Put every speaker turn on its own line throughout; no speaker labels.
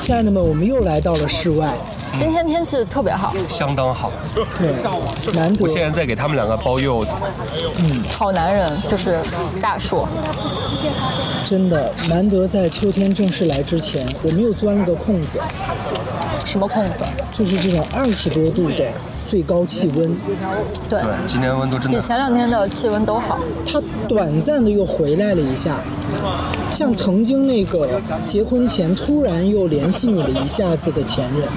亲爱的们，我们又来到了室外，
今天天气特别好，
相当好。
对，难得
我。现在在给他们两个包柚子，
好男人就是大硕。
真的难得在秋天正式来之前，我们又钻了个空子，
什么空子？
就是这种二十多度的最高气温，
对，
对，今天温度真
比
的
前两天的气温都好。
它短暂的又回来了一下，像曾经那个结婚前突然又联系你了一下子的前任。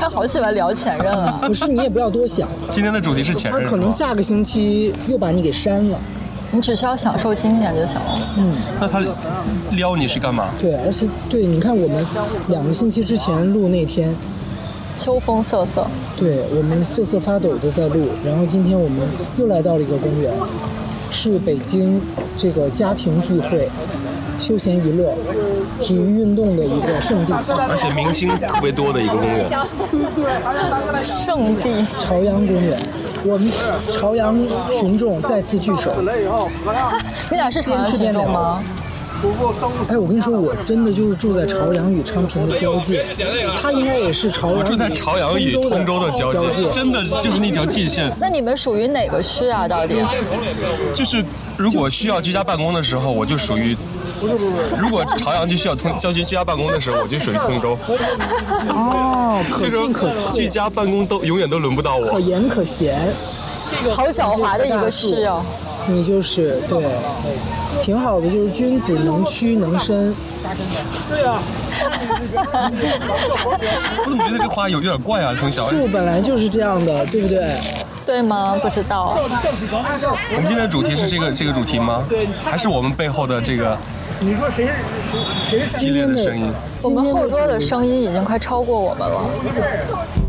他好喜欢聊前任啊。
不是你也不要多想，
今天的主题是前
他
任，
可能
是吧
下个星期又把你给删了。
你只需要享受今天就行了。
那他撩你是干嘛？
对，而且对，你看我们两个星期之前录那天，
秋风瑟瑟，
对我们瑟瑟发抖的在录，然后今天我们又来到了一个公园，是北京这个家庭聚会、休闲娱乐、体育运动的一个圣地。
而且明星特别多的一个公园，
圣地。
朝阳公园，我们朝阳群众再次聚首。
你俩是朝阳群众吗？
哎，我跟你说，我真的就是住在朝阳与昌平的交界，他应该也是朝阳。
我住在朝阳与通州的交界，真的就是那条界限。
那你们属于哪个区啊？到底？
就是如果需要居家办公的时候，我就属于；如果朝阳区需要通郊区居家办公的时候，我就属于通州。
哦，可
这时候
进可退
居，家办公都永远都轮不到
可
我。
严可闲。
好狡猾的一个区哦。
你就是对，挺好的，就是君子能屈能伸。
我怎么觉得这话有有点怪啊？从小，
树本来就是这样的，对不对？
对吗？不知道。
我们今天的主题是这个这个主题吗？还是我们背后的这个
你说谁是谁谁是
激
今
烈
天
的
的
声音？
我
今天
们
的
后桌的
主题
声音已经快超过我们了。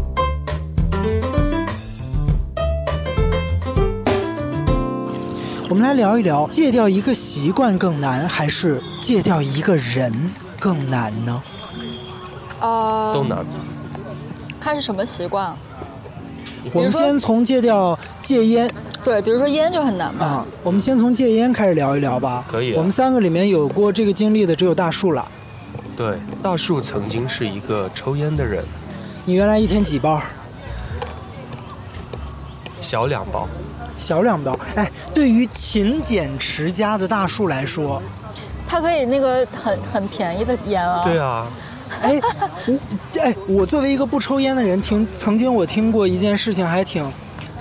我们来聊一聊，戒掉一个习惯更难，还是戒掉一个人更难呢？
呃，
都难。
看是什么习惯。
我们先从戒掉戒烟
对，比如说烟就很难吧。
啊，我们先从戒烟开始聊一聊吧。
可以啊
我们三个里面有过这个经历的只有大树了。
对，大树曾经是一个抽烟的人，
你原来一天几包？
小两包。
小两包。哎，对于勤俭持家的大树来说，
它可以那个很很便宜的烟啊。
对啊，
哎，我哎，我作为一个不抽烟的人，听曾经我听过一件事情，还挺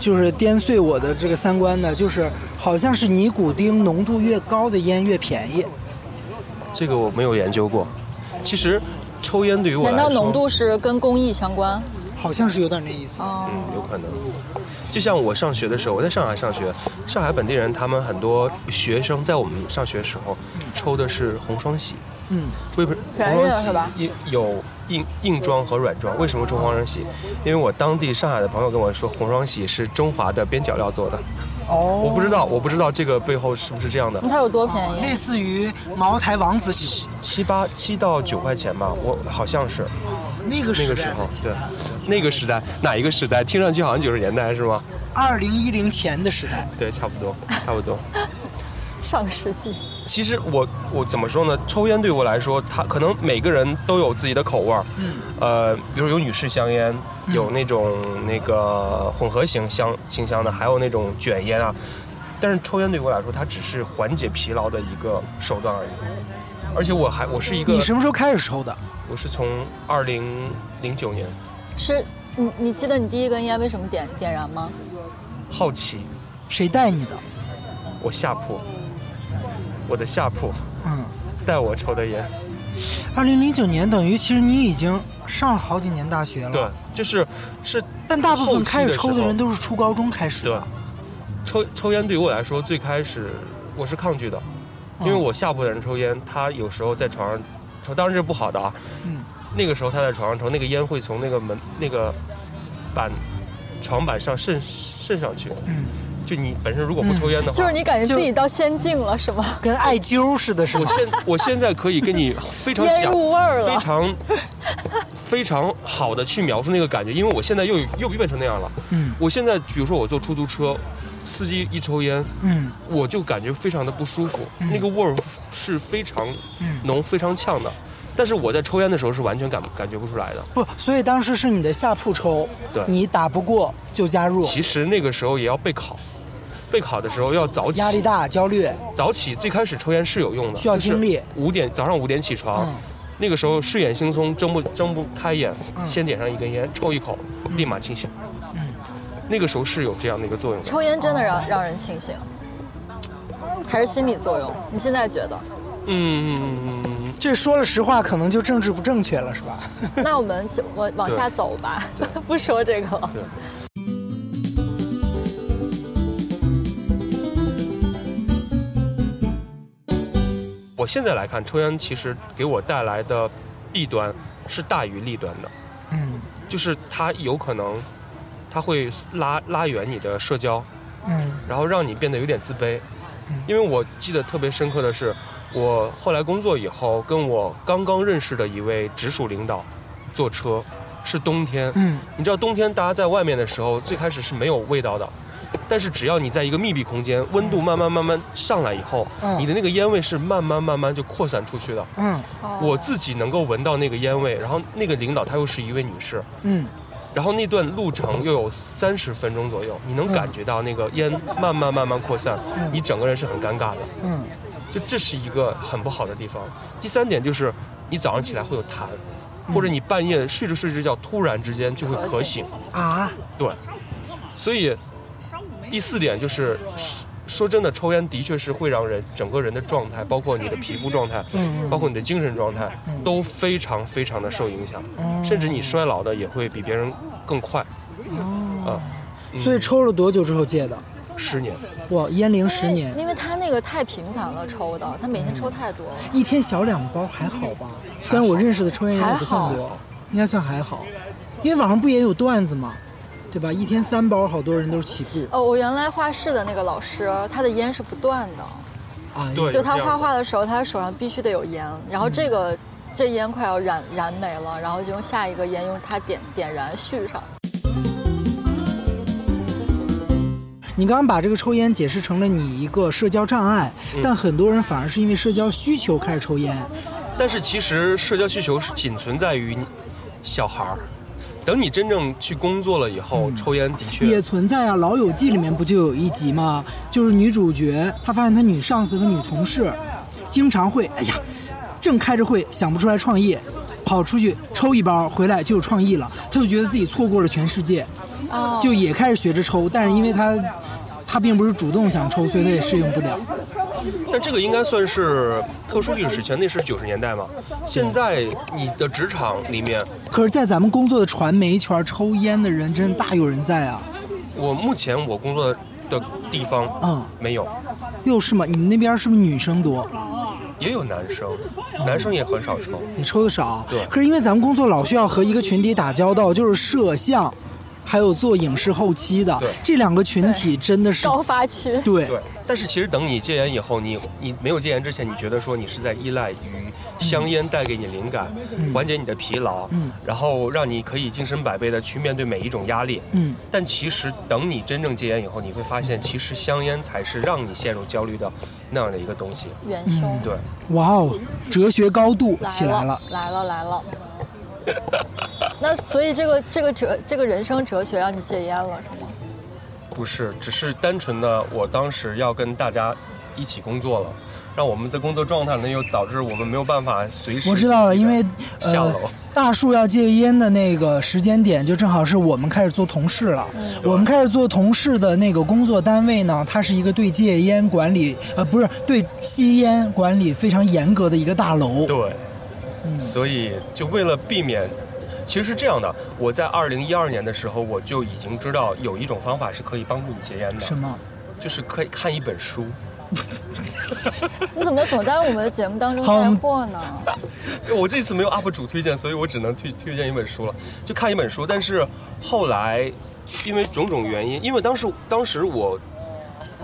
就是颠碎我的这个三观的，就是好像是尼古丁浓度越高的烟越便宜。
这个我没有研究过。其实，抽烟对于我来
难
说，
道浓度是跟工艺相关？
好像是有点那意思，
哦、
嗯，有可能。就像我上学的时候，我在上海上学，上海本地人他们很多学生在我们上学的时候抽的是红双喜，
嗯，
为不
软
红
热
双
是
喜
吧
硬有硬硬装和软装。为什么抽红双喜？因为我当地上海的朋友跟我说，红双喜是中华的边角料做的。
哦，
我不知道，我不知道这个背后是不是这样的
那。它有多便宜？
类似于茅台王子酒
七七八七到九块钱吧，我好像是
那个
那
时
个时
代
候
的钱，
对，那个时代哪一个时代？听上去好像九十年代是吗？
二零一零前的时代，
对，差不多，差不多。
上世纪。
其实我我怎么说呢？抽烟对我来说，它可能每个人都有自己的口味儿。嗯。呃，比如有女士香烟，有那种那个混合型香清香的，还有那种卷烟啊。但是抽烟对我来说，它只是缓解疲劳的一个手段而已。而且我还我是一个
你，什么时候开始抽的？
我是从二零零九年
是，你你记得你第一根烟为什么点点燃吗？
好奇，
谁带你的？
我下铺，我的下铺
嗯，
带我抽的烟。
二零零九年等于其实你已经上了好几年大学了，
对，，就是是
但大部分开始抽
后期的时
的
候
人都是初高中开始的，
抽抽烟对于我来说，最开始我是抗拒的，因为
嗯
我下铺的人抽烟，他有时候在床上抽，当然是不好的啊。
嗯。
那个时候他在床上抽，那个烟会从那个门那个板床板上渗渗上去。
嗯。
就你本身如果不抽烟的话，
就是你感觉
就
自己到仙境了是吗？
跟艾灸似的，是
我
吗？
现我现在可以跟你非常
烟
想
入味儿了
非常非常好的去描述那个感觉，因为我现在又又变成那样了。
嗯
我现在比如说我坐出租车，司机一抽烟，
嗯
我就感觉非常的不舒服，那个味儿是非常
嗯
浓、非常呛的。但是我在抽烟的时候是完全感感觉不出来的。
不，所以当时是你的下铺抽，
对
你打不过就加入，
其实那个时候也要备考，备考的时候要早起，
压力大、焦虑，
早起最开始抽烟是有用的，
需要精力。
五点早上五点起床，
嗯
那个时候睡眼惺忪，睁不睁不开眼，先点上一根烟，抽一口，
嗯
立马清醒。那个时候是有这样的一个作用的。
抽烟真的让让人清醒，还是心理作用？你现在 觉得？
嗯，
这说了实话，可能就政治不正确了，是吧？
那我们就我往下走吧， 不说这个了。
对。我现在来看，抽烟其实给我带来的弊端是大于利端的。
嗯
就是它有可能，它会拉拉远你的社交，
嗯
然后让你变得有点自卑
嗯。
因为我记得特别深刻的是，我后来工作以后，跟我刚刚认识的一位直属领导坐车，是冬天。
嗯
你知道冬天大家在外面的时候，最开始是没有味道的，但是只要你在一个密闭空间，温度慢慢慢慢上来以后，
嗯
你的那个烟味是慢慢慢慢就扩散出去的。
嗯
哦
我自己能够闻到那个烟味，然后那个领导她又是一位女士，
嗯
然后那段路程又有三十分钟左右，你能感觉到那个烟慢慢慢慢扩散，你整个人是很尴尬的，
嗯
就这是一个很不好的地方。第三点就是你早上起来会有痰，或者你半夜睡着睡着觉突然之间就会
咳
咳
醒
醒，
啊，
对，所以第四点就是。说真的，抽烟的确是会让人整个人的状态，包括你的皮肤状态，
嗯嗯
包括你的精神状态，都非常非常的受影响，
嗯哦
甚至你衰老的也会比别人更快。啊，
所以抽了多久之后戒的？
十年，
哇，烟龄
因为
十年，
因为他那个太频繁了，抽的，他每天抽太 多了。
一天小两包还好吧？虽然我认识的抽烟人也不算
还
多，应该算还好，因为网上不也有段子嘛，对吧？一天三包，好多人都是起步
哦，我原来画室的那个老师，他的烟是不断的，
啊。
对
就他
有这样
画
的嗯
画的时候，他手上必须得有烟，然后这个、这烟快要燃燃没了，然后就用下一个烟用它点点燃续上。
你刚刚把这个抽烟解释成了你一个社交障碍，但很多人反而是因为社交需求开始抽烟。
但是其实社交需求是仅存在于你小孩儿。等你真正去工作了以后，抽烟的确
嗯也存在啊，《老友记》里面不就有一集吗？就是女主角她发现她女上司和女同事经常会，哎呀，正开着会想不出来创意，跑出去抽一包回来就有创意了，她就觉得自己错过了全世界，
哦，
就也开始学着抽，但是因为她她并不是主动想抽，所以她也适应不了。
但这个应该算是特殊历史时期，那是九十年代嘛。现在你的职场里面，
可是，在咱们工作的传媒圈，抽烟的人真大有人在啊！
我目前我工作的地方
嗯，
没有，
又是吗？你们那边是不是女生多，
也有男生，
哦
男生也很少抽。
也抽的少？
对
可是因为咱们工作老需要和一个群体打交道，就是摄像，还有做影视后期的
对
这两个群体，真的是
高发区。
对
对，但是其实等你戒烟以后，你你没有戒烟之前，你觉得说你是在依赖于香烟带给你灵感，
嗯
缓解你的疲劳，然后让你可以精神百倍的去面对每一种压力。
嗯，
但其实等你真正戒烟以后，你会发现，其实香烟才是让你陷入焦虑的那样的一个东西。
元凶、
对，
哇哦，哲学高度起来
来
了。，
来了，来了。那所以这个这个哲这个人生哲学让你戒烟了是吗？
不是，只是单纯的我当时要跟大家一起工作了。让我们在工作状态呢，又导致我们没有办法随时
我知道了，因为
下
呃
楼，
大树要戒烟的那个时间点，就正好是我们开始做同事了。我们开始做同事的那个工作单位呢，它是一个对戒烟管理，呃，不是对吸烟管理非常严格的一个大楼。
对，
嗯
所以就为了避免，其实是这样的，我在二零一二年的时候，我就已经知道有一种方法是可以帮助你戒烟
什
的，
么？
就是可以看一本书。
你怎么总在我们的节目当中
好我
带
们
货呢？
我这次没有 UP 主推荐，所以我只能推推荐一本书了，就看一本书。但是后来因为种种原因，因为当时当时我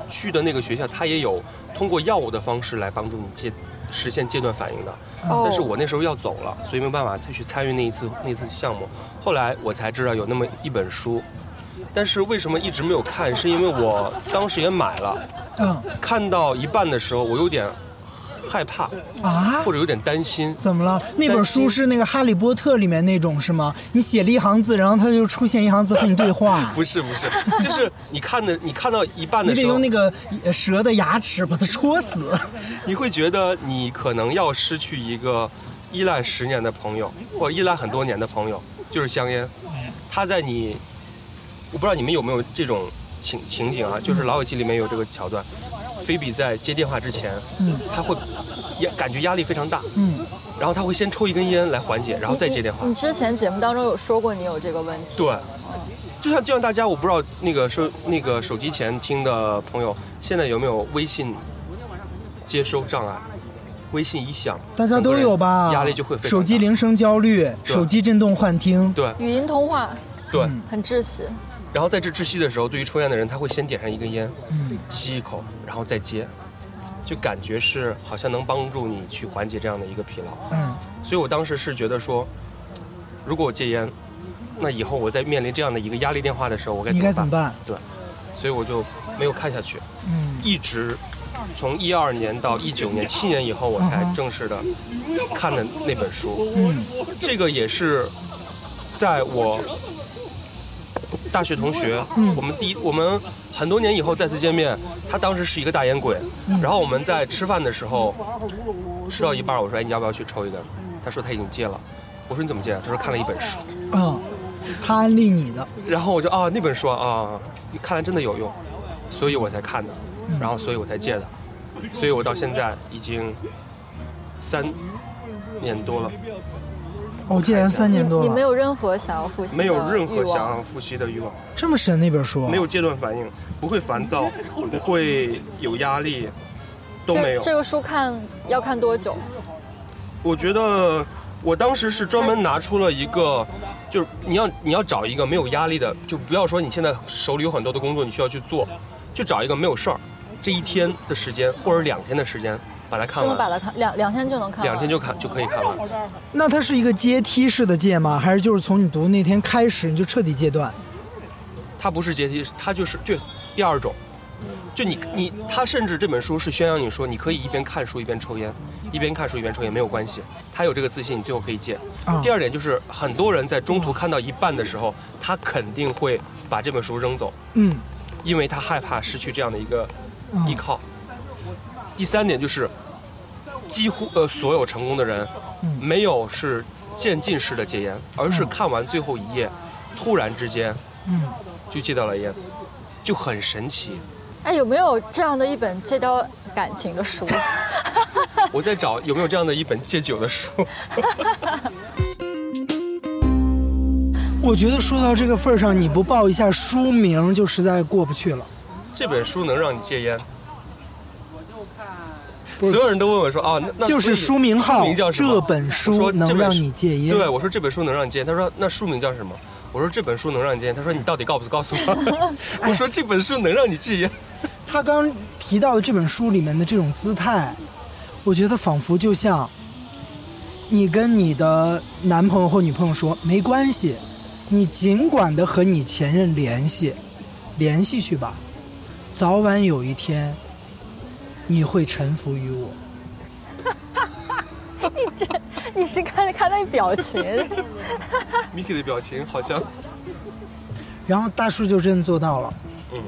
去的那个学校，它也有通过药物的方式来帮助你戒实现戒断反应的。
哦
但是我那时候要走了，所以没有办法再去参与那一次那一次项目。后来我才知道有那么一本书，但是为什么一直没有看？是因为我当时也买了，
嗯
看到一半的时候，我有点害怕，
啊
或？者有点担心。，
怎么了？那本书是那个《哈利波特》里面那种是吗？你写了一行字，然后它就出现一行字和你对话
不是不 是，就是你看的，你看到一半
你
的
得
时候，
用那个呃蛇的牙齿把它戳死。
你会觉得你可能要失去一个依赖十年的朋友，或者依赖很多年的朋友，就是香烟。他在你，我不知道你们有没有这种情情景
嗯
啊？就是《老友记》里面有这个桥段，菲比在接电话之前，他会也感觉压力非常大，
嗯，
然后他会先抽一根烟来缓解，然后再接电话
你。你之前节目当中有说过你有这个问题，
对，就像就像大家，我不知道那个收那个手机前听的朋友，现在有没有微信接收障碍？微信一响，
大家都有吧？
整个人压力就会非常大
手机铃声焦虑，手机震动幻听。
对
语音通话
对、
嗯
很窒息。
然后在这窒息的时候，对于抽烟的人，他会先点上一根烟，
嗯
吸一口，然后再接，就感觉是好像能帮助你去缓解这样的一个疲劳。
嗯，
所以我当时是觉得说，如果我戒烟，那以后我在面临这样的一个压力电话的时候，我该
你
怎
嗯该
么
怎么
办？
办？
所以我就没有看下去。
嗯，
一直从一二年到一九年，七年以后我才
嗯哼
正式的看的那本书。
嗯
这个也是在我大学同学，我们第一我们很多年以后再次见面，他当时是一个大烟鬼，然后我们在吃饭的时候吃到一半，我说：“哎，你要不要去抽一根？”他说他已经戒了。我说你怎么戒？他说看了一本书，
嗯，他安利你的。
然后我就啊那本书啊，看来真的有用，所以我才看的，然后所以我才戒的，所以我到现在已经三年多了，
哦我戒烟三
你
年多
你没
了，
有任何想要复习的
没有任
欲
何
望
想要复吸的欲望，
这么神那本书？啊
没有戒断反应，不会烦躁，不会有压力，都没
这
有。
这个书看要看多久？
我觉得我当时是专门拿出了一个，就是你要你要找一个没有压力的，就不要说你现在手里有很多的工作你需要去做，就找一个没有事儿，这一天的时间或者两天的时间把它看
真的把
完，
它看两两天就能看完，
两天就看就可以看完。
那它是一个阶梯式的戒吗？还是就是从你读那天开始你就彻底戒断？
它不是阶梯，它就是就第二种。就你你他甚至这本书是宣扬你说你可以一边看书一边抽烟，一边看书一边抽烟没有关系，他有这个自信，你最后可以戒。
啊
第二点就是很多人在中途看到一半的时候，他肯定会把这本书扔走，
嗯，
因为他害怕失去这样的一个
嗯
依靠。第三点就是，几乎呃所有成功的人
嗯，
没有是渐进式的戒烟，而是看完最后一页，突然之间
嗯，
就戒掉了烟，就很神奇。
哎，有没有这样的一本戒掉感情的 书？
我在找有没有这样的一本戒酒的书。
我觉得说到这个份儿上，你不报一下书名就实在过不去了。
这本书能让你戒烟。
是
所有人都问我说：“啊，那那
就是
所以
书名号
书名叫什么？
这本书
我说
能
这本
让
书
你戒烟
对，我说这本书能让你戒烟。他说：“那书名叫什么？”我说：“这本书能让你戒烟。”他说：“你到底告不告诉 我？”我
哎
说：“这本书能让你戒烟。
他刚提到的这本书里面的这种姿态，我觉得仿佛就像你跟你的男朋友或女朋友说没关系，你尽管的和你前任联系，联系去吧，早晚有一天你会臣服于我。
你是看看那表情，
”Miki 的表情好像，
然后大叔就真的做到了，
嗯，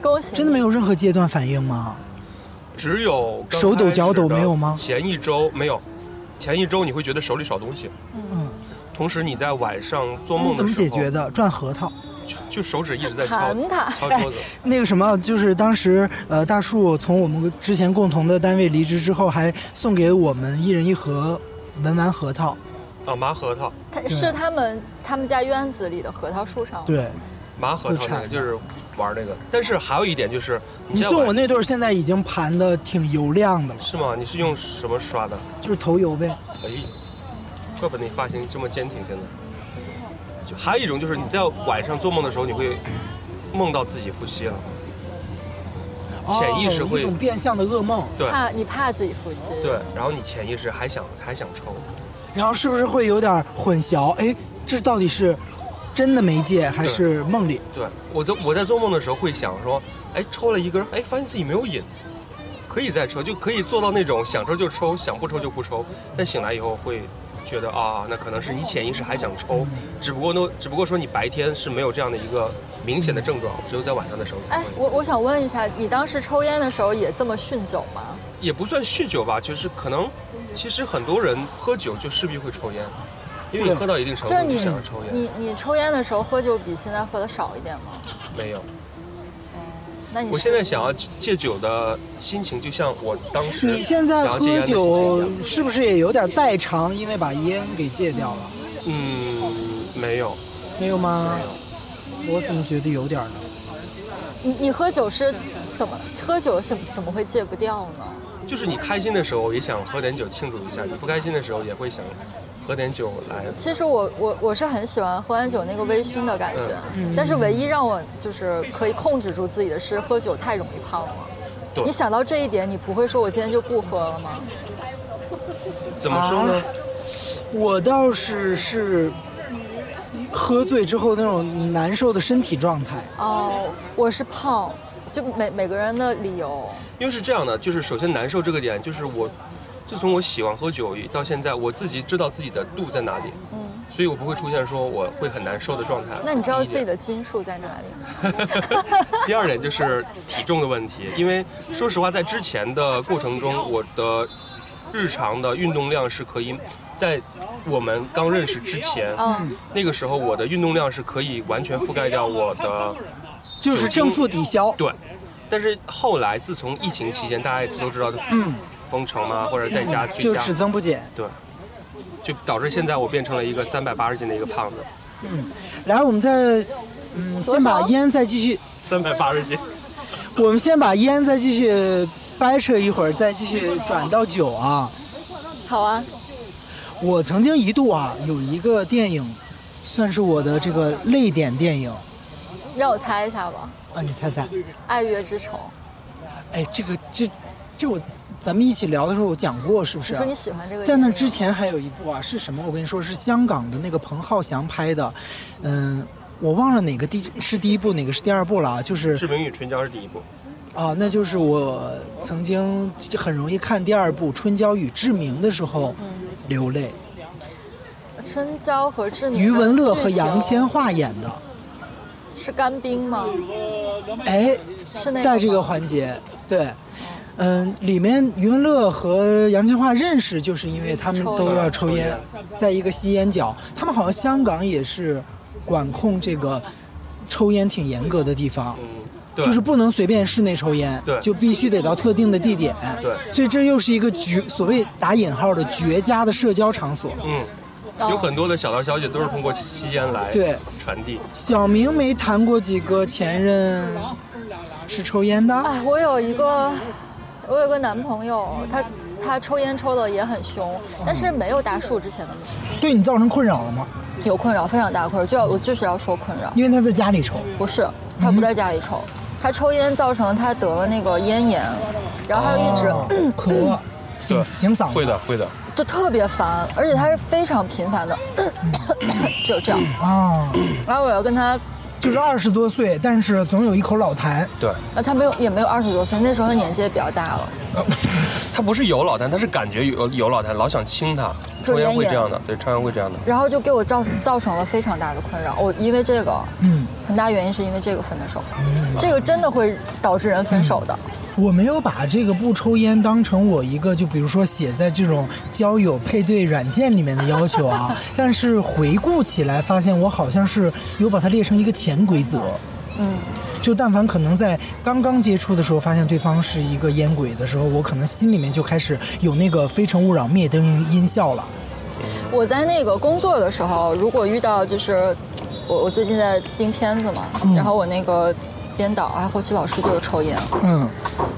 恭喜！
真的没有任何戒断反应吗？
只有刚
手抖
开始
脚抖没有吗
的前一周没有，前一周你会觉得手里少东西，
嗯，
同时你在晚上做梦
你
的时
怎
候，
么解决的？转核桃。
就？就手指一直在敲
弹它
敲 桌子。
那个什么，就是当时呃，大树从我们之前共同的单位离职之后，还送给我们一人一盒文玩核桃。
啊，麻核桃，
他是他们他们家院子里的核桃树上，
对
麻核
自
桃
产
那个就是玩那个。但是还有一点就是，
你
在
送
玩
我那对儿现在已经盘的挺油亮的了，
是吗？你是用什么刷的？
就是头油呗。
哎，怪不得你发型这么坚挺，现在。就还有一种就是你在晚上做梦的时候，你会梦到自己复吸了，潜意识
哦
会
一种变相的噩梦。
对
怕你怕自己复吸，
对，然后你潜意识还想还想抽，
然后是不是会有点混淆？哎，这到底是真的没戒还是梦里？
对我在我在做梦的时候会想说，哎，抽了一根，哎，发现自己没有瘾，可以再抽，就可以做到那种想抽就抽，想不抽就不抽。但醒来以后会觉得啊，那可能是你潜意识还想抽，只不过呢，只不过说你白天是没有这样的一个明显的症状，只有在晚上的时候才
哎
会。，
我我想问一下，你当时抽烟的时候也这么酗酒吗？
也不算酗酒吧，就是可能，其实很多人喝酒就势必会抽烟，因为你
对
喝到一定程
就
度
是
你
你
想要抽烟，
你你抽烟的时候喝酒比现在喝的少一点吗？
没有。
那你
我
是
现在想要戒酒的心情，就像我当时
你现在
想要戒烟
喝
的心情一
酒
样。
是不是也有点代偿？因为把烟给戒掉了，
嗯，没有，
没有吗？我怎么觉得有点呢？
你你喝酒是怎么喝酒是怎么会戒不掉呢？
就是你开心的时候也想喝点酒庆祝一下，你不开心的时候也会想喝点酒来。
其实我我我是很喜欢喝完酒那个微醺的感觉，
嗯
嗯
但是唯一让我就是可以控制住自己的是喝酒太容易胖了。
对
你想到这一点，你不会说我今天就不喝了吗？
怎么说
啊
呢？
我倒是是喝醉之后那种难受的身体状态。
哦，我是胖，就每每个人的理由。
因为是这样的，就是首先难受这个点，就是我自从我喜欢喝酒到现在，我自己知道自己的度在哪里，
嗯，
所以我不会出现说我会很难受的状态。
那你知道自己
的。
的斤数在哪里吗？
第二点就是体重的问题，因为说实话，在之前的过程中，我的日常的运动量是可以在我们刚认识之前，
嗯，
那个时候我的运动量是可以完全覆盖掉我的
就是正负抵消，
对，但是后来自从疫情期间，大家也都知道，嗯，封城嘛，或者在家居
就
家，
只增不减。
对，就导致现在我变成了一个三百八十斤的一个胖子，
然后我们再，嗯，先把
多少
烟再继续，
三百八十斤，
我们先把烟再继续掰扯一会儿，再继续转到酒啊。
好啊，
我曾经一度啊有一个电影，算是我的这个泪点电影
让我猜一下吧，
啊，你猜猜？
《爱乐之城》。
哎，这个这这我咱们一起聊的时候我讲过是不是
你
啊、
说你喜欢这个？
在那之，前还有一部啊，是什么？我跟你说，是香港的那个彭浩翔拍的，嗯，我忘了哪个第是第一部，哪个是第二部了啊，就是
志明与春娇是第一部，
啊，那就是我曾经很容易看第二部《春娇与志明》的时候流泪，
春娇和志明的
余文乐和
剧情
杨千嬅演的，
是干冰吗？
哎，
是那个
带这个
吗
环节，对。嗯，里面余文乐和杨千嬅认识，就是因为他们
抽
都
烟
要抽烟，在一个吸烟角，他们好像香港也是管控这个抽烟挺严格的地方。
嗯，对，
就是不能随便室内抽烟，
对
就必须得到特定的地点，
对
所以这又是一个绝所谓打引号的绝佳的社交场所。
嗯。
哦
有很多的小道消息都是通过吸烟来
对
传递。
小明没谈过几个前任是抽烟的，
哎，我有一个，我有个男朋友，他他抽烟抽的也很凶，但是没有大树之前那么凶，
对你造成困扰了吗？
有困扰，非常大的困扰，就要我就是要说困扰，
因为他在家里抽，
不是他不在家里抽，他抽烟造成他得了那个咽炎，然后他就一直、
哦咳，醒
对
醒嗓子，
会的，会的。
就特别烦，而且他是非常频繁的，就这样，
啊，
然后我要跟他。
就是二十多岁，但是总有一口老痰，
对，
呃，他没有，也没有二十多岁，那时候他年纪也比较大了，
他不是有老痰，他是感觉有有老痰，老想清他。
抽
抽
烟
烟
会
会
这
这
样
样的，对，抽烟会这样的。
然后就给我造造成了非常大的困扰。我因为这个，
嗯，
很大原因是因为这个分的手，这个真的会导致人分手的。
我没有把这个不抽烟当成我一个就比如说写在这种交友配对软件里面的要求 啊，但是回顾起来发现我好像是有把它列成一个潜规则。
嗯，
就但凡可能在刚刚接触的时候发现对方是一个烟鬼的时候，我可能心里面就开始有那个《非诚勿扰》灭灯音效了。
我在那个工作的时候，如果遇到就是我我最近在盯片子嘛，然后我那个编导啊、霍奇老师就是抽烟，
嗯，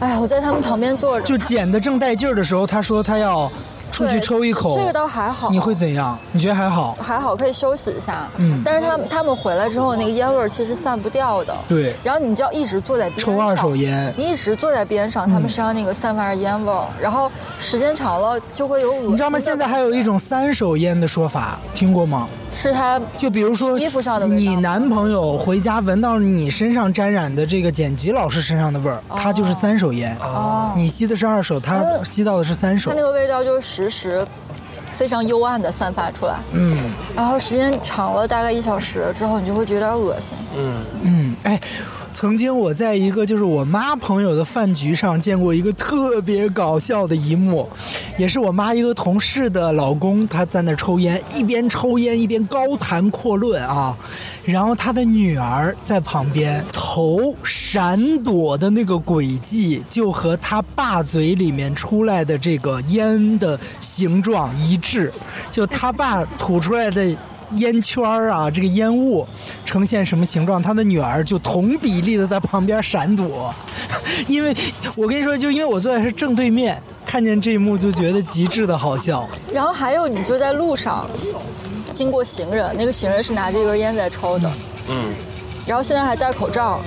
哎，我在他们旁边坐着，
就剪得正带劲儿的时候，他说他要出去
对
抽一口，
这个倒还好，
你会怎样？你觉得还好？
还好可以休息一下，
嗯
但是他们他们回来之后，那个烟味儿其实散不掉的，
对
然后你就要一直坐在边上
抽二手烟
你一直坐在边上，他们身上那个散发着烟味儿，然后时间长了就会有恶心的
你知道吗？现在还有一种三手烟的说法，听过吗？
是他
就比如说
衣服上的味道
你男朋友回家闻到你身上沾染的这个剪辑老师身上的味儿，他就是三手烟。
哦，
你吸的是二手，他
嗯
吸到的是三手
他那。个味道就是时时非常幽暗的散发出来，
嗯
然后时间长了，大概一小时之后，你就会觉得有点恶心。
嗯，
嗯，哎，曾经我在一个就是我妈朋友的饭局上见过一个特别搞笑的一幕，也是我妈一个同事的老公，他在那儿抽烟，一边抽烟一边高谈阔论啊，然后他的女儿在旁边，头闪躲的那个轨迹就和他爸嘴里面出来的这个烟的形状一致，就他爸吐出来的。烟圈儿啊，这个烟雾呈现什么形状？他的女儿就同比例的在旁边闪躲， 因为我跟你说，就因为我坐在是正对面，看见这一幕就觉得极致的好笑。
然后还有，你就在路上经过行人，那个行人是拿着一根烟在抽的，
嗯，
然后现在还戴口罩，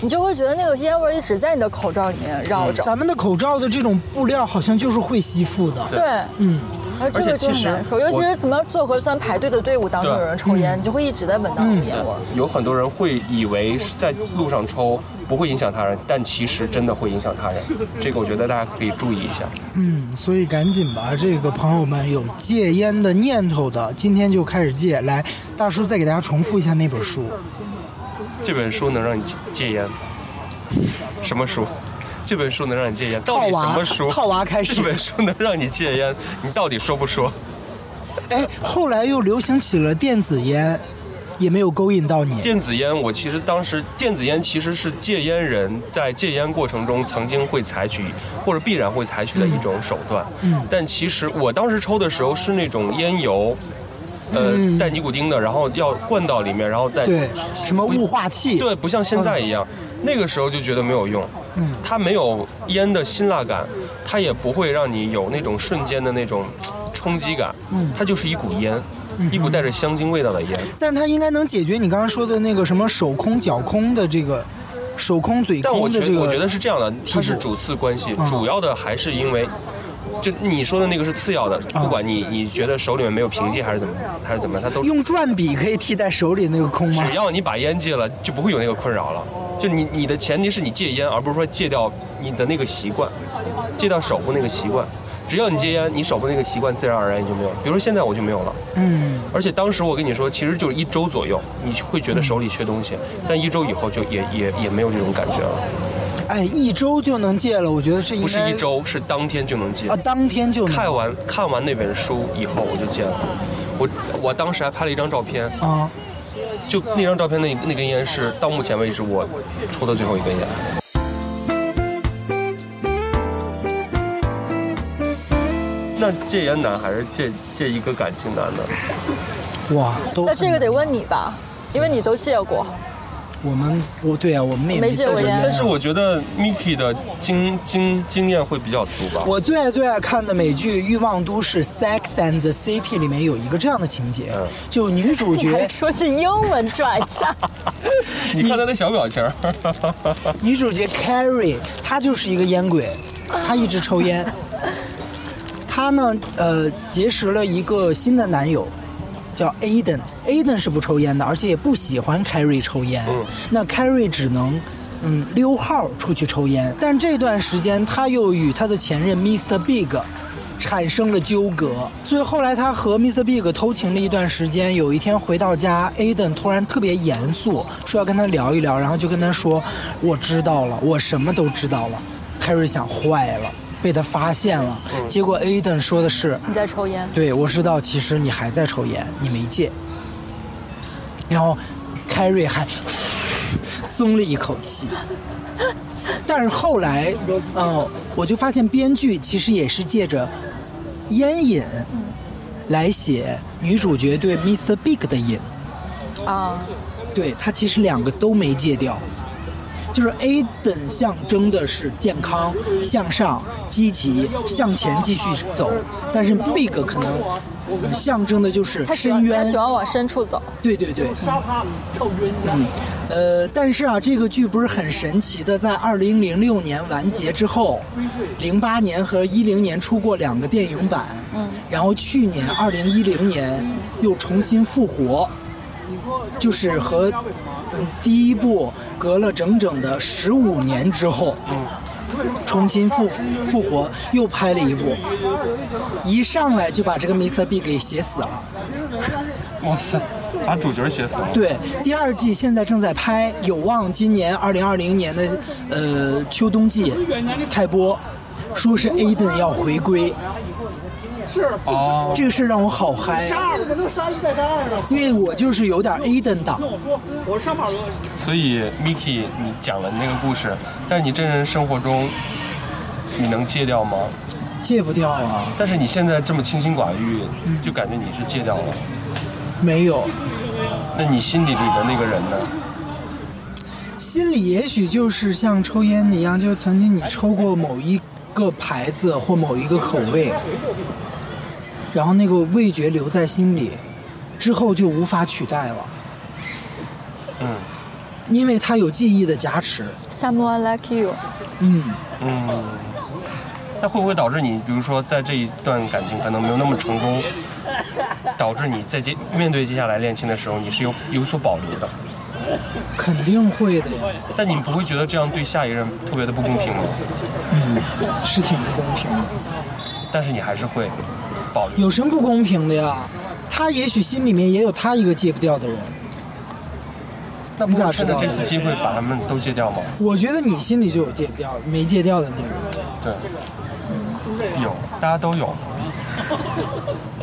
你就会觉得那个烟味儿一直在你的口罩里面绕着。
咱们的口罩的这种布料好像就是会吸附的，
对，
嗯，
然后这个就
而且其
很
实
难受，尤其
我
是什么做核酸排队的队伍当中
对嗯
有人抽烟，你就会一直在闻到那个烟味儿。
有很多人会以为是在路上抽不会影响他人，但其实真的会影响他人。这个我觉得大家可以注意一下。
嗯，所以赶紧吧，这个朋友们有戒烟的念头的，今天就开始戒。来，大叔再给大家重复一下那本书，
这本书能让你戒戒烟？什么书？这本书能让你戒烟？到
套
底什
娃
么书？
套娃开 始
这。本书能让你戒烟？你到底说不说？
哎，后来又流行起了电子烟，也没有勾引到你。
电子烟，我其实当时电子烟其实是戒烟人在戒烟过程中曾经会采取或者必然会采取的一种手段。嗯，但其实我当时抽的时候是那种烟油，呃，带尼古丁的，然后要灌到里面，然后再
对，什么雾化器？
对，不像现在一样，那个时候就觉得没有用。嗯，它没有烟的辛辣感，它也不会让你有那种瞬间的那种嘖冲击感。嗯，它就是一股烟，一股带着香精味道的烟。
但它应该能解决你刚刚说的那个什么手空脚空的这个手空嘴
但我
空
觉
的
得、
这个。嗯
我觉得是这样的，
补
它是主次关系，主要的还是因为。就你说的那个是次要的，
嗯
不管你你觉得手里面没有凭借还是怎么还是怎么样，它都
用转笔可以替代手里那个空吗？
只要你把烟戒了，就不会有那个困扰了。就你你的前提是你戒烟，而不是说戒掉你的那个习惯，戒掉守护那个习惯。只要你戒烟，你守护那个习惯，自然而然你就没有了。比如说现在我就没有了，
嗯，
而且当时我跟你说，其实就是一周左右，你会觉得手里缺东西，但一周以后就也也也没有这种感觉了。
哎，一周就能戒了，我觉得这应该
不是一周，是当天就能戒
啊，。当天就能
看完看完那本书以后，我就戒了。我我当时还拍了一张照片，
啊。
就那张照片那那根烟是到目前为止我抽的最后一根烟。那戒烟难还是戒戒一个感情难呢？
哇，都
那这个得问你吧，因为你都戒过。
我们不对啊，我们也
没
没
戒
过
过烟
啊
但是我觉得 Miki 的经经经验会比较足吧。
我最爱最爱看的美剧《欲望都市》（Sex and the City） 里面有一个这样的情节，
嗯
就女主
你还
角，
说句英文转一 下，
你看他那小表情儿，
女主角 Carrie，她就是一个烟鬼，她一直抽烟。她呢，呃，结识了一个新的男友，叫 Aden，Aden 是不抽烟的，而且也不喜欢 Carrie 抽烟。那 Carrie 只能。嗯，溜号出去抽烟，但这段时间她又与她的前任 Mr. Big 产生了纠葛，所以后来她和 Mr. Big 偷情了一段时间。有一天回到家，Aden 突然特别严肃，说要跟他聊一聊，然后就跟他说：“我知道了，我什么都知道了。”Carrie 想坏了，被他发现了。结果 Aden 说的是：“
你在抽烟，
对，我知道，其实你还在抽烟，你没戒。然后，凯瑞还松了一口气。但是后来，嗯、我就发现编剧其实也是借着烟瘾来写女主角对 Mr. Big 的瘾。
啊，
对他其实两个都没戒掉，就是 A 等象征的是健康、向上、积极、向前继续走，但是 Big 可能、呃象征的就是
他喜
深
欢他
渊。
喜欢往深处走，
对对对，
杀他跳冤家。
呃，但是啊，这个剧不是很神奇的，在二零零六年完结之后，零八年和一零年出过两个电影版，嗯，然后去年二零一零年又重新复活，就是和嗯第一部隔了整整的十五年之后，嗯，重新复复活又拍了一部，一上来就把这个 Mr. B 给写死了。
哇塞，把主角写死了。
对，第二季现在正在拍，有望今年二零二零年的呃秋冬季开播。说是 Aiden 要回归，
哦，
这个事儿让我好嗨，
杀了，能杀一再杀二的。
因为我就是有点 Aiden 党。
我说，我上马罗，
所以 Miki，你讲了你那个故事，但是你真人生活中，你能戒掉吗？
戒不掉啊，
但是你现在这么清心寡欲，就感觉你是戒掉了。
没有，
那你心底里的那个人呢？
心里也许就是像抽烟一样，就是曾经你抽过某一个牌子或某一个口味，然后那个味觉留在心里，之后就无法取代了。
嗯
因为它有记忆的加持。
Someone like you，
嗯，
嗯。那会不会导致你，比如说在这一段感情可能没有那么成功，导致你在接面对接下来恋情的时候，你是有有所保留的？
肯定会的呀，
但你不会觉得这样对下一任特别的不公平吗？
是挺不公平的，
但是你还是会保留。
有什么不公平的呀？他也许心里面也有他一个戒不掉的人，
那不
你咋
如
知
趁
道
着
的
这次机会把他们都戒掉吗？
我觉得你心里就有戒不掉、没戒掉的那个嗯人，
对，有，大家都有，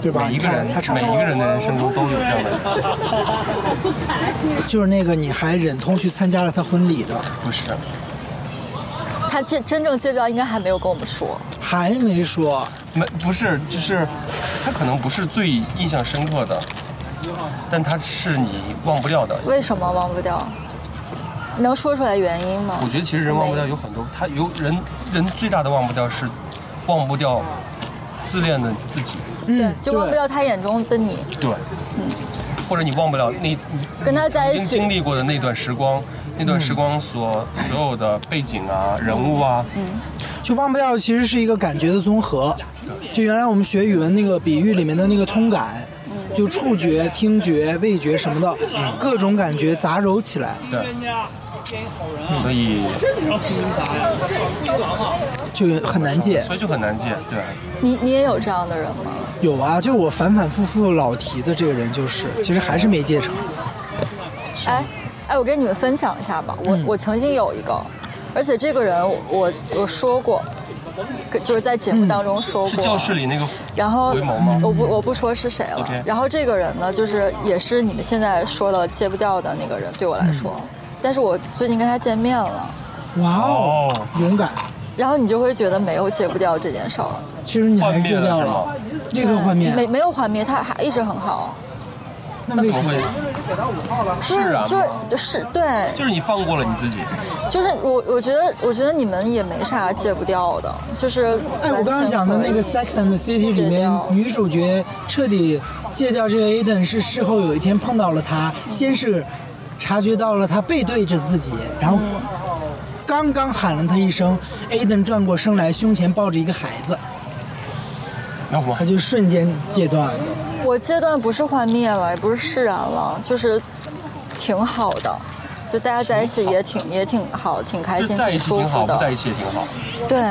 对吧？
每一个人
你看他，唱
每一个人的人生中都有这样的人。
就是那个你还忍痛去参加了他婚礼的，
不是，
他戒真正戒不掉，应该还没有跟我们说。
还没说，
没不是，就是他可能不是最印象深刻的，但他是你忘不掉的。
为什么忘不掉？能说出来原因吗？
我觉得其实人忘不掉有很多，他有人人最大的忘不掉是忘不掉自恋的自己，
对
嗯，，
就忘不掉他眼中的你。
对，或者你忘不了那你
跟他在一
曾经
起
经历过的那段时光，那段时光所所有的背景啊、人物啊，
对就忘不掉其实是一个感觉的综合，就原来我们学语文那个比喻里面的那个通感。
嗯
就触觉、听觉、味觉什么的，各种感觉杂糅起来，
对，
冤家，奸好人啊！
所以
你要拼啥呀？牛郎啊！
就很难戒。
所以就很难戒，对。
你你也有这样的人吗？
有啊，就是我反反复复老提的这个人，就是其实还是没戒成。
哎哎，我跟你们分享一下吧。我、
嗯
我曾经有一个，而且这个人我我说过，跟就是在节目当中说过。
嗯是教室里那个
然后
回眸吗？
我不我不说是谁了
OK。
然后这个人呢，就是也是你们现在说的戒不掉的那个人，对我来说。
嗯
但是我最近跟他见面了，
哇哦，勇敢！
然后你就会觉得没有戒不掉这件事儿，
其实你还是戒掉了
幻，
立刻幻
没
灭。
没有幻灭，他还一直很好，
那为什
怎
么
么会
呀？
就是是
啊
就是就是对，
就是你放过了你自己，
就是我我觉得我觉得你们也没啥戒不掉的，就是
哎，我刚刚讲的那个《Sex and the City》里
戒
面
掉，
女主角彻底戒掉这个 Aiden 是事后有一天碰到了他，先是察觉到了他背对着自己，然后刚刚喊了他一声，Aiden 转过身来，胸前抱着一个孩子，
那我
他就瞬间戒断了。
我阶段不是幻灭了，也不是释然了，就是挺好的，就大家在一起也挺也挺好，挺开
就
心，
在一起
舒
挺好，
服
不在
的
一。起也挺好。
对，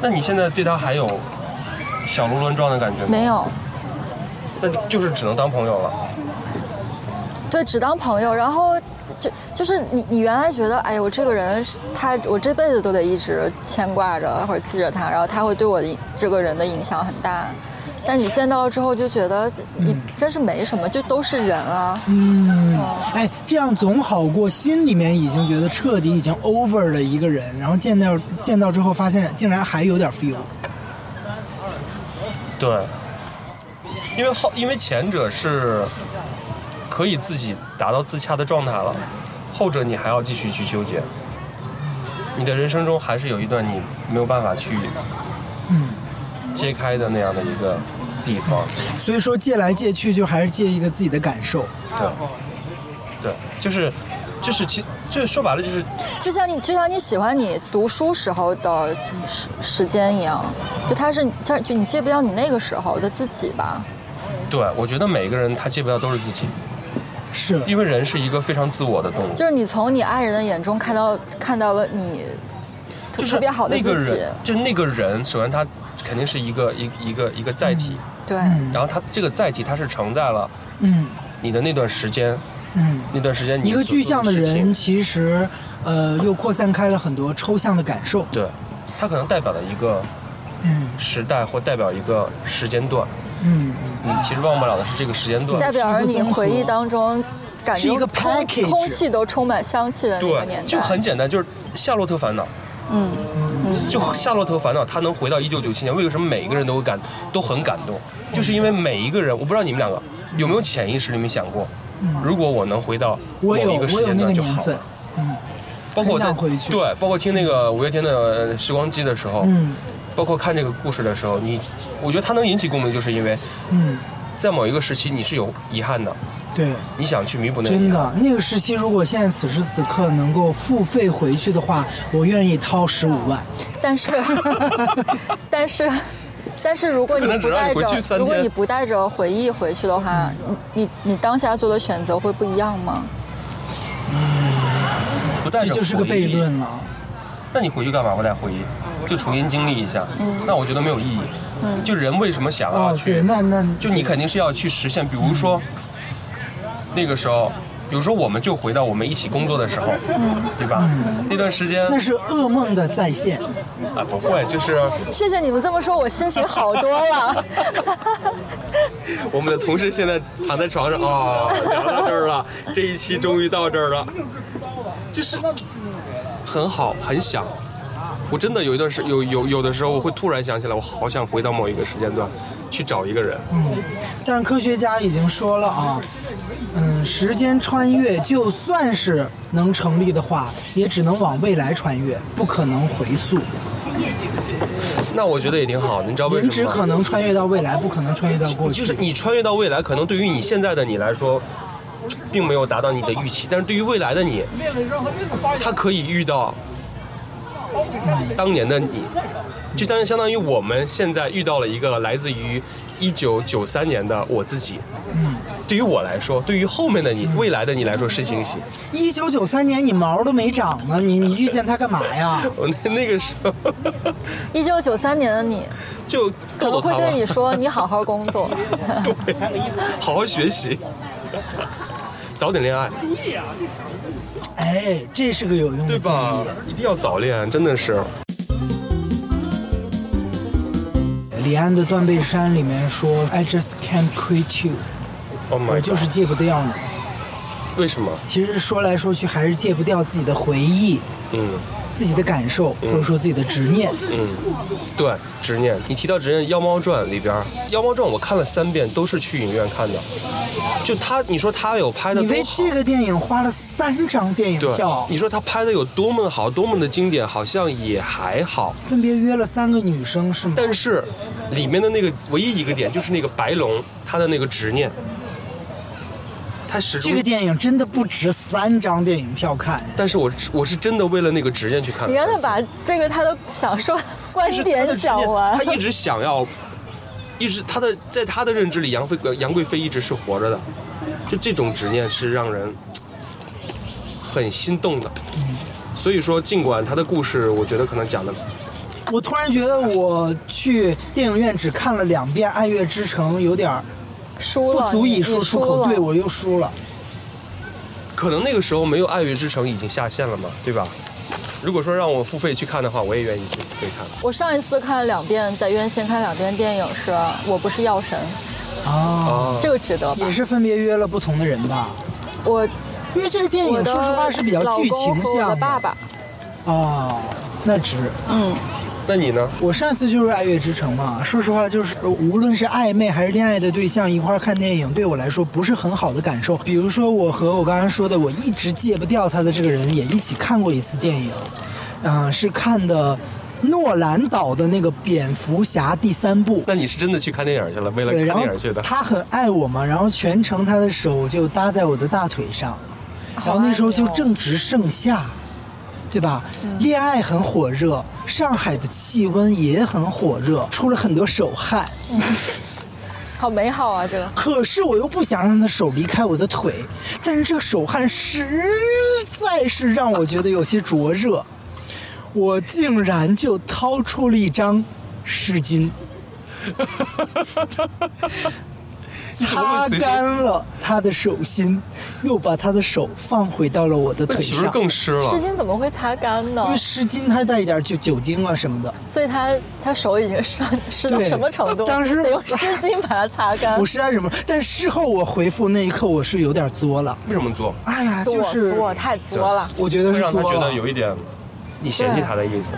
那你现在对他还有小鹿乱撞的感觉吗？
没有，
那就是只能当朋友了。
对，只当朋友。然后就就是你你原来觉得，哎呦，我这个人是他，我这辈子都得一直牵挂着或者记着他，然后他会对我的这个人的影响很大。但你见到了之后，就觉得
嗯
你真是没什么，就都是人啊。
哎，这样总好过心里面已经觉得彻底已经 over 了一个人，然后见到见到之后发现竟然还有点 feel。
对，因为后因为前者是可以自己达到自洽的状态了，后者你还要继续去纠结。你的人生中还是有一段你没有办法去嗯揭开的那样的一个地方。
所以说借来借去，就还是借一个自己的感受。
对，对，就是，就是其，这说白了就是
就像你就像你喜欢你读书时候的时时间一样，就它是它就你戒不掉你那个时候的自己吧。
对，我觉得每个人他戒不掉都是自己，
是，
因为人是一个非常自我的动物，
就是你从你爱人的眼中看到看到了你特
就是
特别好的
那个
自己，
人，就是那个人，首先他肯定是一个一一个一个载体，
对，
嗯
然后他这个载体它是承载了
嗯
你的那段时间，
嗯。
那段时间你
一个
所做
具象的
事情
人，，其实呃又扩散开了很多抽象的感受。
对，他可能代表了一个
嗯
时代或代表一个时间段，
嗯，
你其实忘不了的是这个时间段，
代表
是
着
一个
你
综合
回忆当中感
是一
觉
个
空
package
空气都充满香气的那个年代，
对，就很简单，就是《夏洛特烦恼》。
嗯，
就《夏洛特烦恼》，他能回到一九九七年，为什么每一个人都会感都很感动？就是因为每一个人，我不知道你们两个有没有潜意识里面想过，如果我能回到某
我有
一个
嗯我
时
有
间
那个
段就
年
好
份
了。，包括我在
很想回去
对，包括听那个五月天的呃《时光机》的时候，
嗯
包括看这个故事的时候，你我觉得它能引起共鸣，就是因为
嗯，
在某一个时期你是有遗憾的，
对，
你想去弥补那个
真
遗
的
憾。
那个时期，如果现在此时此刻能够付费回去的话，我愿意掏十五万。
但 是但是但是如果你
不可能
不
只让
带
你回去
着
三
如果
天嗯
你不带着回忆回去的话，你你你当下做的选择会不一样吗？
不带
这
着
就是个
回忆
悖论。了。
那你回去干嘛不带回忆？就重新经历一下，那我觉得没有意义。就人为什么想要
嗯哦，
去？
对，那嗯那
就你肯定是要去实现，比如说、那个时候，比如说我们就回到我们一起工作的时候，对吧？那段时间
嗯那是噩梦的再现。
啊不会，就是
谢谢你们这么说，我心情好多了。
我们的同事现在躺在床上啊、哦，聊到这儿了，这一期终于到这儿了，就是很好，很想。我真的有一段时有有有的时候，我会突然想起来，我好想回到某一个时间段，去找一个人。
但是科学家已经说了啊，嗯，时间穿越就算是能成立的话，也只能往未来穿越，不可能回溯。
那我觉得也挺好的，你知道为什
人
么
只
吗？
可能穿越到未来，不可能穿越到过去。
就是你穿越到未来，可能对于你现在的你来说，并没有达到你的预期，但是对于未来的你，他可以遇到当年的你，就相相当于我们现在遇到了一个来自于一九九三年的我自己。对于我来说，对于后面的你、未来的你来说是惊喜。
一九九三年，你毛都没长呢，你你遇见他干嘛 呀？
我那那个时候
一九九三年的你，
就
可能
逗逗
会
他
对你
吧，
说：“你好好工作。
好好学习，早点恋爱。
哎，这是个有用的
对
建
吧
议。？
一定要早恋，真的是。
李安的《断背山》里面说：“I just can't quit you，
Oh my
我
god！
就是戒不掉你。
为什么？”
其实说来说去，还是戒不掉自己的回忆、
嗯
自己的感受，或者说自己的执念。
嗯，对，执念。你提到执念，《妖猫传》里边，《妖猫传》我看了三遍，都是去影院看的。就他，你说他有拍的
你为
多好
这？个电影花了三张电影
对
票，，
你说他拍的有多么的好，多么的经典，好像也还好。
分别约了三个女生，是吗？
但是里面的那个唯一一个点就是那个白龙，他的那个执念，他始终。
这个电影真的不值三张电影票看。
但是我是我是真的为了那个执念去”看的。
你让他把这个他的想说的观
就是他的
点
执
讲
念
完
他。一直想要，一直他的在他的认知里，杨飞呃杨贵妃一直是活着的，就这种执念是让人很心动的。所以说，尽管他的故事，我觉得可能讲的
我突然觉得我去电影院只看了两遍《爱乐之城》，有点儿
输
不
了，
足
你
以
你
说出口，
了啊
对我又输了。
可能那个时候没有《爱乐之城》已经下线了嘛，对吧？如果说让我付费去看的话，我也愿意去付费看。
我上一次看两遍，在院线看两遍电影是《我不是药神》，
啊，
哦，
这个值得吧
哦也？是分别约了不同的人吧？
我
因为这个电
我
影
的
说实话是比较
老
剧
公
情
和我的
向
爸爸，
哦，那值。
嗯，
那你呢？
我上次就是《爱乐之城》嘛，说实话就是，无论是暧昧还是恋爱的对象一块儿看电影，对我来说不是很好的感受。比如说我和我刚刚说的，我一直戒不掉他的这个人也一起看过一次电影，嗯、是看的诺兰导的那个《蝙蝠侠》第三部。
那你是真的去看电影去了？为了
对，
看
然后
电影去的？
他很爱我嘛，然后全程他的手就搭在我的大腿上，然后那时候就正值盛夏，对吧？恋爱很火热，上海的气温也很火热，出了很多手汗。
好美好啊，这个
可是我又不想让他手离开我的腿，但是这个手汗实在是让我觉得有些灼热，我竟然就掏出了一张湿 巾，擦干了他的手心，又把他的手放回到了我的
那
腿
岂不是
上。
更湿
湿
了？
巾怎么会擦干呢
因为？湿巾它带一点就酒精啊什么的，
所以他他手已经湿湿到
对
什么程度？
当时
得用湿巾把它擦
啊
干
我。实在忍不住。但事后我回复那一刻，我是有点作了。
为什么做？
哎呀，
作
就是
作太作了，
我觉得
会
是
让他
作
觉得
了
有一点你嫌弃他的意思。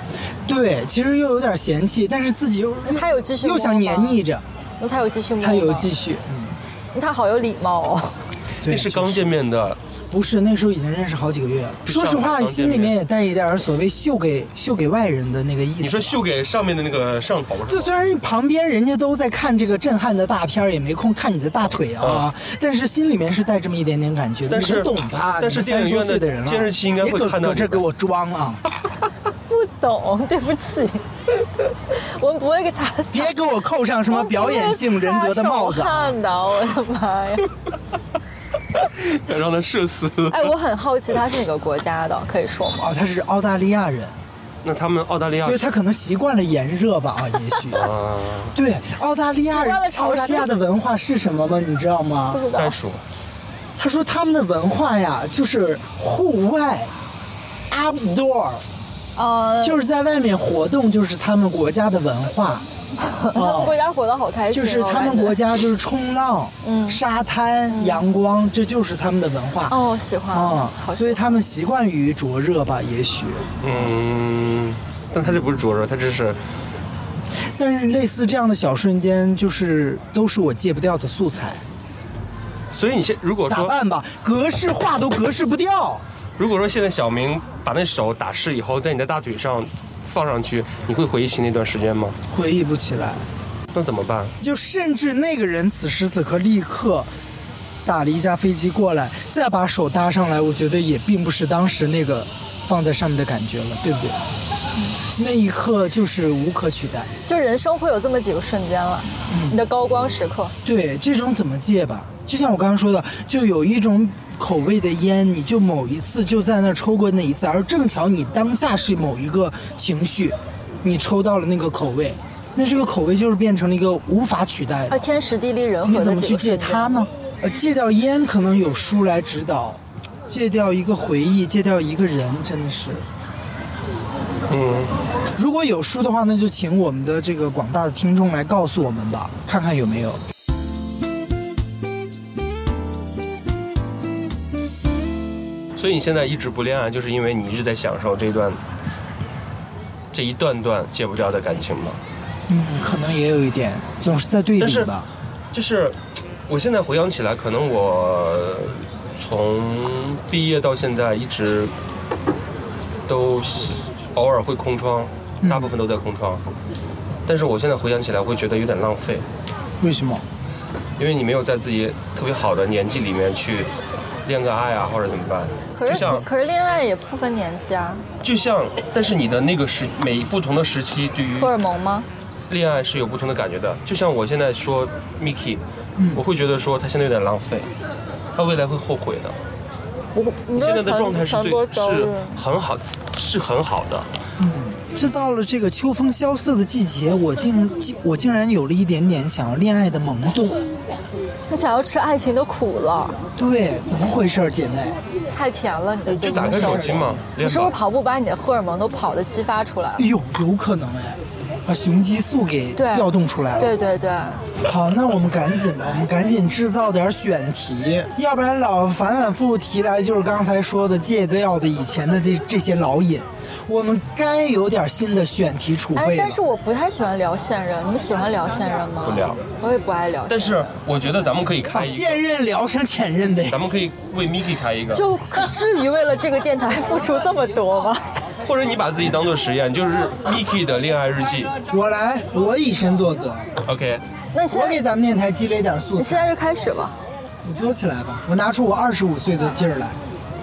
对，其实又有点嫌弃，但是自己又
他有继续
又
摸
想
吗
黏腻着，
那他有继续摸吗？
他有继续。嗯
他好有礼貌哦。
对
嗯那是刚见面的，
不是那时候已经认识好几个月了。说实
上海
话，
刚
心里
见面
面也带一点儿所谓秀给秀给外人的那个意思。
你说秀给上面的那个上头是
就
吗？
虽然旁边人家都在看这个震撼的大片儿，也没空看你的大腿啊，但是心里面是带这么一点点感觉的。
嗯但
你
是
们懂吧？
但是
你们
电影
32
院的
岁的人了
监视器应该会
别搁
看到
搁
你
这
的
给我装 啊！
不懂，对不起， 我们不会给他
别给我扣上什么表演性人格的帽子啊。
看的，我的妈呀！
让他社死。
哎，我很好奇他是哪个国家的，可以说吗？
哦，他是澳大利亚人，
那他们澳大利亚
所以他可能习惯了炎热吧啊，也许。
啊，
对，澳大利亚
习
人
惯了，潮
澳
湿
大利亚的文化是什么吗？你知道吗
不？知道
袋鼠
他说他们的文化呀，就是户外，outdoor，
啊，
就是在外面活动，就是他们国家的文 化。
他们国家活得好开心
就
哦，
是他
感
们
觉
国家就是冲浪、
嗯
沙滩、阳光，这就是他们的文化。
哦，喜欢，
啊、
好
所以他们习惯于灼热吧，也许。
嗯，但他这不是灼热，他这是
但是类似这样的小瞬间，就是都是我戒不掉的素材。
所以你现如果
咋
说
办吧？格式化都格式不掉。
如果说现在小明把那手打湿以后，在你的大腿上放上去，你会回忆起那段时间吗？
回忆不起来，
那怎么办？
就甚至那个人此时此刻立刻打了一架飞机过来，再把手搭上来，我觉得也并不是当时那个放在上面的感觉了，对不对？那一刻就是无可取代。
就人生会有这么几个瞬间了，
嗯
你的高光时刻，
对，这种怎么戒吧？就像我刚刚说的，就有一种口味的烟，你就某一次就在那儿抽过那一次，而正巧你当下是某一个情绪，你抽到了那个口味，那这个口味就是变成了一个无法取代
啊，
的。
天时地利人
你
和
怎
的
么
几
去
个
戒
瞬
它
间。
呢？呃，戒掉烟可能有书来指导，戒掉一个回忆，戒掉一个人，真的是。
嗯，
如果有书的话，那就请我们的这个广大的听众来告诉我们吧，看看有没有。
所以你现在一直不恋爱，就是因为你一直在享受这段这一段段戒不掉的感情吗？
嗯，可能也有一点，总是在对
但
比
是
吧。
就是我现在回想起来，可能我从毕业到现在一直都是偶尔会空窗，大部分都在空窗。但是我现在回想起来，会觉得有点浪费，
为什么？
因为你没有在自己特别好的年纪里面去恋个爱啊，或者怎么办？
可
就是像
可是恋爱也不分年纪啊，
嗯
就像，但是你的那个时每不同的时期，对于
荷尔蒙吗？
恋爱是有不同的感觉的。就像我现在说 Miki，、我会觉得说他现在有点浪费，他未来会后悔的。
我你
你现在的
传
状态是
传
最
播周
是
日
很好，是很好的。
这到了这个秋风萧瑟的季节，我竟我竟然有了一点点想要恋爱的萌动。
你想要吃爱情的苦了，
对，怎么回事儿，姐妹？
太甜了，你的
就
最
打
近
开手
生
机
活
嘛，
你
练
是不是
吧。
跑步把你的荷尔蒙都跑的激发出来了
哎？呦，有可能哎，把雄激素给
对，
调动出来了。
对对对，
好，那我们赶紧吧，我们赶紧制造点选题，要不然老反反复复提来就是刚才说的戒掉的以前的这这些老瘾，我们该有点新的选题储
哎
备，了
但。是我不太喜欢聊现任，你们喜欢聊现任吗？
不聊，
我也不爱聊现任。
但是我觉得咱们可以
把
开一个，
现任聊成前任呗。
咱们可以为 Miki 开一个。
就可至于为了这个电台付出这么多吗？
或者你把自己当做实验，就是 Miki 的恋爱日记。
我来，我以身作则，
OK，
那你现
我
在
给咱们电台积累点素
你
材。
现在就开始吧。
你做起来吧，我拿出我二十五岁的劲儿来，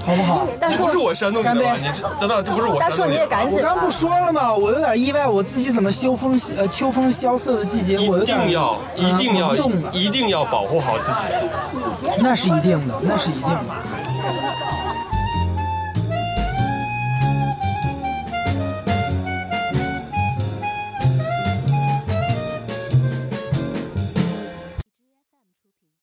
好不好？
但
这
是
不是我煽动你的吧？
干杯
你这等等，这不是我
大
煽
树你
动你
也
的。
赶
我
紧吧
刚。不说了吗？我有点意外，我自己怎么秋风呃秋风萧瑟的季节，我有
一
点
定要，一定要
嗯萌动，了，
一定要保护好自己。
那是一定的，那是一定的。